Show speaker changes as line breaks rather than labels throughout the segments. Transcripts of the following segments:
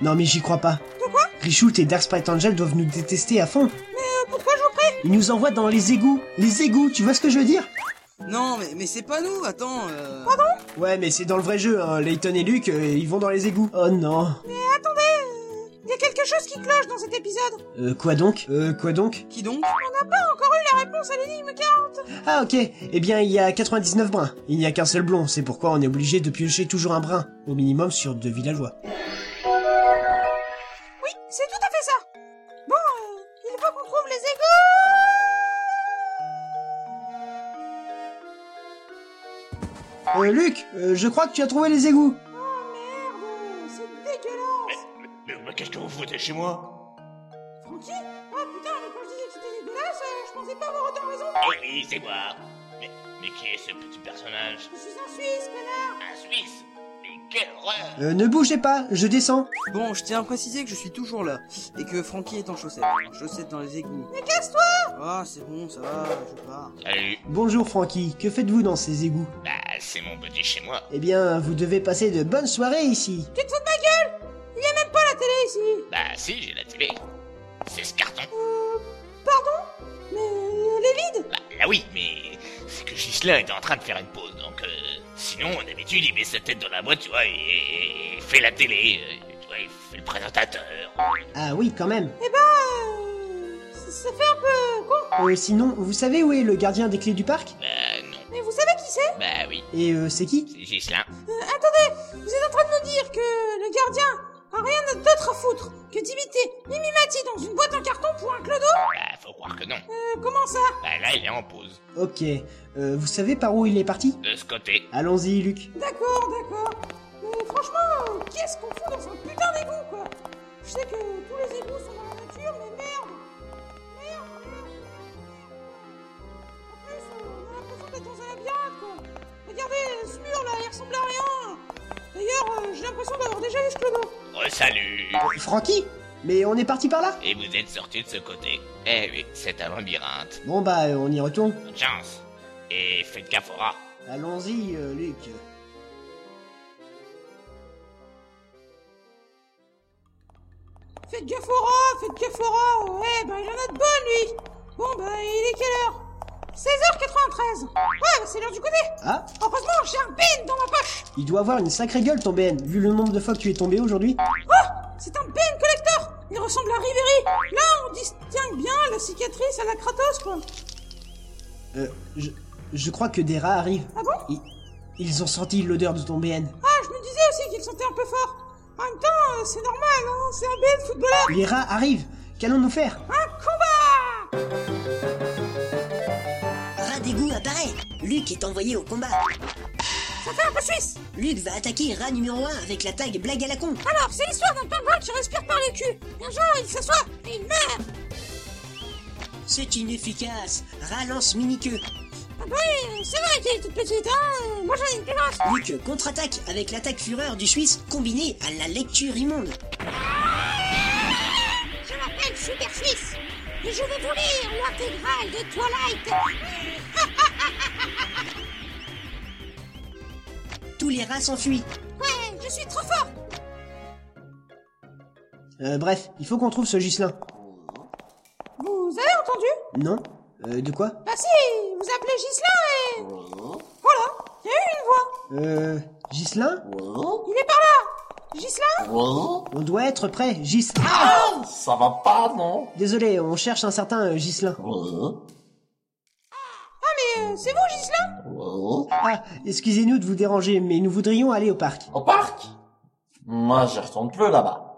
Non mais j'y crois pas.
Pourquoi
Richoult et Dark Sprite Angel doivent nous détester à fond.
Euh, Pourquoi je vous prie
Ils nous envoient dans les égouts. Les égouts, tu vois ce que je veux dire
Non, mais, mais c'est pas nous, attends. euh,
Ouais mais c'est dans le vrai jeu, hein. Layton et Luke, euh, ils vont dans les égouts. Oh non.
Mais attendez euh, Il y a quelque chose qui cloche dans cet épisode
Euh, quoi donc Euh, quoi donc
Qui donc
Pas encore eu la réponse à l'énigme 40
Ah ok, eh bien il y a 99 bruns. Il n'y a qu'un seul blond, c'est pourquoi on est obligé de piocher toujours un brun, au minimum sur deux villageois.
Oui, c'est tout à fait ça Bon, euh, il faut qu'on trouve les égouts
Euh, Luc, euh, je crois que tu as trouvé les égouts.
Merde, Ah c'est dégueulasse
Mais, mais qu'est-ce que vous foutez chez moi
Francky Ah putain, mais quand je disais que c'était dégueulasse, euh, je pensais pas avoir autant raison
Ah oui, c'est moi mais, mais qui est ce petit personnage
Je suis un Suisse, connard
Un Suisse Mais quelle horreur
Euh, ne bougez pas, je descends.
Bon, je tiens à préciser que je suis toujours là et que Frankie est en chaussettes. En chaussettes dans les égouts.
Mais casse-toi
Ah, c'est bon, ça va, je pars.
Salut
Bonjour Francky, que faites-vous dans ces égouts
Bah, c'est mon petit chez moi.
Eh bien, vous devez passer de bonnes soirées ici.
Tu te fous de ma gueule Il y a même pas la télé ici
Bah, si, j'ai la télé. C'est ce carton.
Euh, pardon Mais euh, elle est vide
Bah, là oui, mais c'est que Ghislain était en train de faire une pause, donc euh, sinon, d'habitude, il met sa tête dans la boîte, tu vois, et, et- et fait la télé, euh, tu vois, il fait le présentateur.
Ah oui, quand même.
Eh ben, euh, ça- ça fait un peu con
Euh, sinon, vous savez où est le gardien des clés du parc
Bah, non.
Mais vous savez qui c'est
Bah oui,
Et euh, c'est qui
c'est Ghislain.
Euh, Attendez, vous êtes en train de me dire que le gardien a rien d'autre à foutre que d'imiter Mimimati dans une boîte en carton pour un clodo
Bah, faut croire que non.
Euh, comment ça
Bah, là, il est en pause.
Ok, euh, vous savez par où il est parti
De ce côté.
Allons-y, Luc.
D'accord, d'accord. Mais franchement, euh, qu'est-ce qu'on fout dans un putain d'égout, quoi Je sais que tous les égouts sont dans la nature, mais merde Merde, merde, merde, merde. En plus, euh, on a l'impression d'être dans un labyrinthe, quoi Regardez, euh, ce mur, là, il ressemble à rien D'ailleurs, euh, j'ai l'impression d'avoir déjà vu ce clodo
Oh, salut
Francky Mais on est parti par là
Et vous êtes sorti de ce côté. Eh oui, c'est un labyrinthe.
Bon bah, euh, on y retourne.
Bonne chance. Et faites gaffe au rat.
Allons-y, euh, Luc.
Faites gaffe au rat, faites gaffe au rat Ouais, bah il en a de bonnes, lui Bon, bah, il est quelle heure 16h93 Ouais, bah, c'est l'heure du goûter
Ah,
Heureusement, j'ai un bin dans ma poche
il doit avoir une sacrée gueule ton BN, vu le nombre de fois que tu es tombé aujourd'hui.
C'est un Ben collector Il ressemble à Riveri Là, on distingue bien la cicatrice à la Kratos, quoi
Euh, je, je crois que des rats arrivent.
Ah bon
Ils, ils ont senti l'odeur de ton BN.
Ah, je me disais aussi qu'il sentait un peu fort En même temps, euh, c'est normal, hein C'est un Ben footballeur
Les rats arrivent Qu'allons-nous faire
Un combat
Rat d'égout apparaît. Luc est envoyé au combat.
Ça fait un peu suisse
Luc va attaquer rat numéro 1 avec la tag blague à la con.
Alors, c'est l'histoire d'un pingouin qui respire par le cul Un jour, il s'assoit et il meurt
C'est inefficace. Rat lance mini-queue.
Ah bah oui, c'est vrai qu'elle est toute petite, hein Moi, j'en ai une plus grosse
Luc contre-attaque avec l'attaque fureur du Suisse combinée à la lecture immonde.
Je m'appelle Super Suisse et je vais vous lire l'intégrale de Twilight
Tous les rats s'enfuient.
Ouais, je suis trop fort
Euh, bref, il faut qu'on trouve ce Gislin.
Vous avez entendu
Non euh, De quoi
Bah si, vous appelez Gislain et... Voilà, il y a eu une voix
Euh... Gislin
Il est par là Gislain
On doit être prêt, Gis...
Ça va pas, non
Désolé, on cherche un certain euh, Gislin.
Ah mais euh, c'est vous Gislain
Ah, excusez-nous de vous déranger, mais nous voudrions aller au parc.
Au parc Moi, j'y retourne plus là-bas.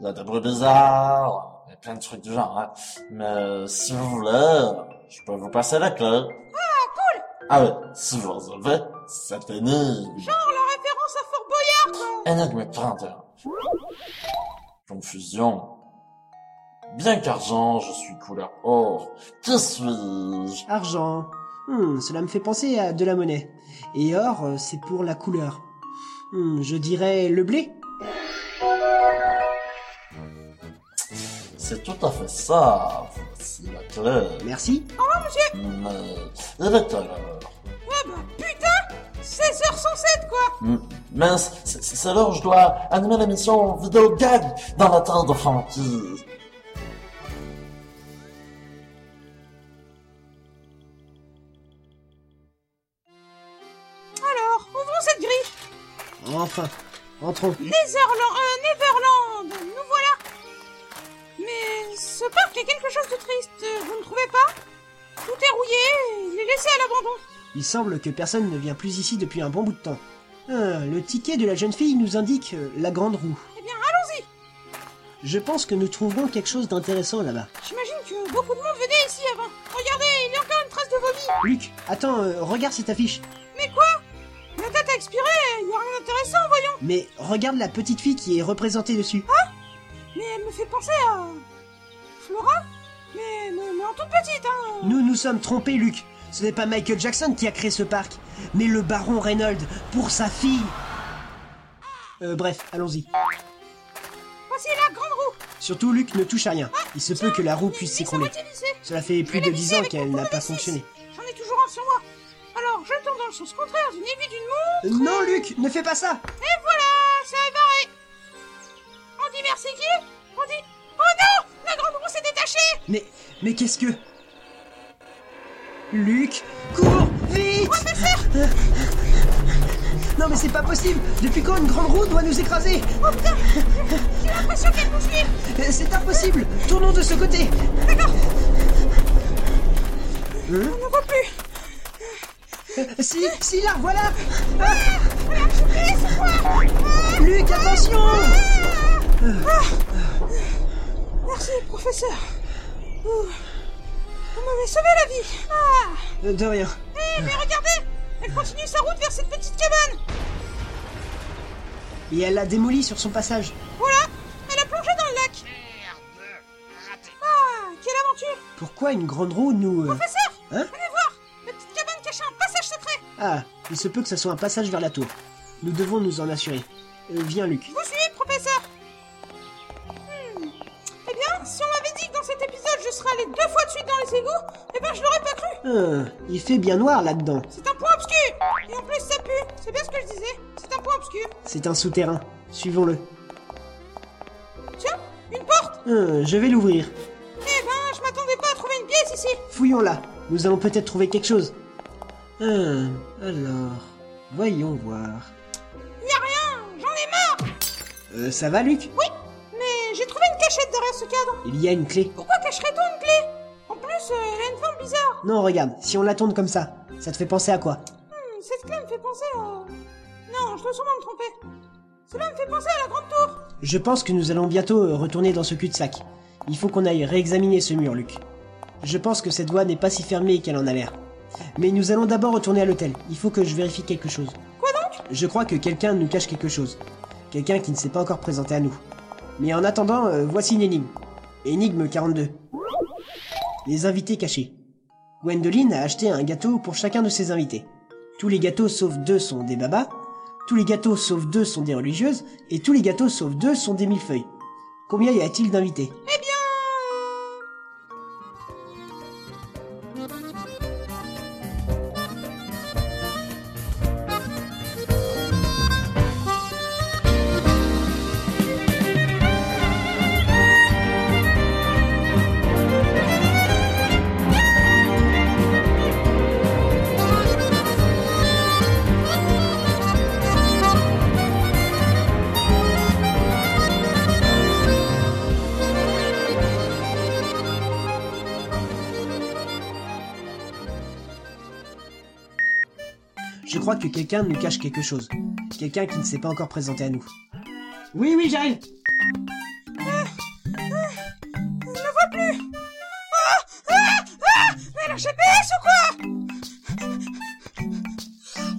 Il y a des bruits bizarres, il y a plein de trucs du genre. hein. Mais euh, si vous voulez, euh, je peux vous passer la clé. Ah, cool Ah oui, si vous résolvez, cette énigme.
Genre la référence à Fort Boyard quoi.
Énigme 31. Confusion. Bien qu'argent, je suis couleur or. Qui suis-je
Argent. Hmm, cela me fait penser à de la monnaie. Et or, euh, c'est pour la couleur. Hmm, je dirais le blé
C'est tout à fait ça. Voici la clé. Hmm.
Merci.
Mais il est quelle heure
Ah bah putain 16h107, quoi
Hmm. Mince, c'est c'est- c'est l'heure où je dois animer la mission vidéo gag dans la tente de Francky.
Alors, ouvrons cette grille
Enfin, entrons.
Netherland, euh, Neverland, nous voilà Mais ce parc est quelque chose de triste, vous ne trouvez pas Tout est rouillé, il est laissé à l'abandon.
Il semble que personne ne vient plus ici depuis un bon bout de temps. Ah, le ticket de la jeune fille nous indique euh, la grande roue.
Eh bien,
allons-y Je pense que nous trouverons quelque chose d'intéressant là-bas.
J'imagine que beaucoup de monde venait ici avant. Regardez, il y a encore une trace de vomi
Luc, attends, euh, regarde cette affiche.
Mais quoi La date a expiré, il n'y a rien d'intéressant, voyons
Mais regarde la petite fille qui est représentée dessus.
Mais elle me fait penser à... Flora mais, mais, mais en toute petite, hein
Nous nous sommes trompés, Luc. Ce n'est pas Michael Jackson qui a créé ce parc, mais le baron Reynolds pour sa fille. Euh, bref, allons-y.
Voici la grande roue
Surtout, Luc ne touche à rien. Il se peut que la roue puisse
Mais ça
s'écrouler.
moitié lissée.
Cela fait plus de
la
dix
visser
ans
avec
qu'elle
mon
n'a pas
tournevis.
fonctionné.
J'en ai toujours un sur moi Alors, je tourne dans le sens contraire d'une aiguille d'une montre
Euh, Non, Luc, ne fais pas ça
Et voilà, ça est barré On dit merci qui On dit... Oh non La grande roue s'est détachée
Mais, mais qu'est-ce que... Luc, cours, vite Non mais c'est pas possible Depuis quand une grande roue doit nous écraser
J'ai l'impression qu'elle nous suit
Euh, C'est impossible Tournons de ce côté Hein
On ne voit plus
Euh, Si, si, là, voilà
Ah, Voilà, je suis prise, c'est quoi
Luc, attention
Ah.
Ah.
Merci, professeur Ouh. Vous m'avez sauvé la vie Ah
Euh, De rien.
Eh, mais regardez Elle continue sa route vers cette petite cabane
Et elle l'a démoli sur son passage.
Voilà Elle a plongé dans le lac Ah Quelle aventure
Pourquoi une grande roue nous... euh,
Professeur
Hein
Allez voir La petite cabane cachait un passage secret
Ah, il se peut que ça soit un passage vers la tour. Nous devons nous en assurer. Euh, viens, Luc.
Vous suivez, professeur Hmm. Eh bien, si on m'avait dit que dans cet épisode je serais allé deux fois de suite dans les égouts, eh ben je l'aurais pas cru
Hum, il fait bien noir là-dedans.
C'est un point obscur Et en plus ça pue C'est bien ce que je disais C'est un point obscur
C'est un souterrain. Suivons-le.
Tiens Une porte
Hum, je vais l'ouvrir.
Eh ben, je m'attendais pas à trouver une pièce ici
Fouillons-la. Nous allons peut-être trouver quelque chose. Hum, alors... Voyons voir.
Y a rien J'en ai marre
Euh, ça va, Luc
Oui Mais j'ai trouvé une cachette derrière ce cadre
Il y a une clé.
Pourquoi cacherait-on une clé En plus, euh, elle a une forme bizarre
Non, regarde, si on la tourne comme ça, ça te fait penser à quoi
Hmm, Cette clé me fait penser à... Non, je dois sûrement me tromper Cela me fait penser à la grande tour
Je pense que nous allons bientôt euh, retourner dans ce cul-de-sac. Il faut qu'on aille réexaminer ce mur, Luc. Je pense que cette voie n'est pas si fermée qu'elle en a l'air. Mais nous allons d'abord retourner à l'hôtel. Il faut que je vérifie quelque chose.
Quoi donc
Je crois que quelqu'un nous cache quelque chose. Quelqu'un qui ne s'est pas encore présenté à nous. Mais en attendant, euh, voici une énigme. Énigme 42. Les invités cachés. Gwendoline a acheté un gâteau pour chacun de ses invités. Tous les gâteaux sauf deux sont des babas, tous les gâteaux sauf deux sont des religieuses, et tous les gâteaux sauf deux sont des millefeuilles. Combien y a-t-il d'invités
Eh bien...
Je crois que quelqu'un nous cache quelque chose. Quelqu'un qui ne s'est pas encore présenté à nous. Oui, oui, j'arrive
Mais la GPS ou quoi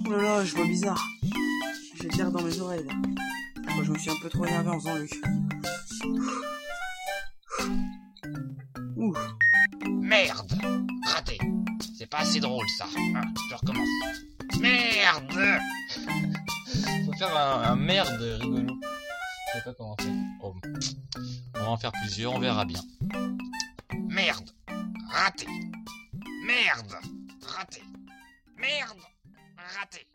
Oh là là, je vois bizarre. J'ai de l'air dans mes oreilles. là. Moi, je me suis un peu trop énervé en faisant Luc. Ouh.
Merde Raté C'est pas assez drôle ça. Hein, je recommence. Merde Faut faire un, un merde rigolo. Je sais pas comment faire. Oh. On va en faire plusieurs, on verra bien. Merde Raté Merde Raté Merde Raté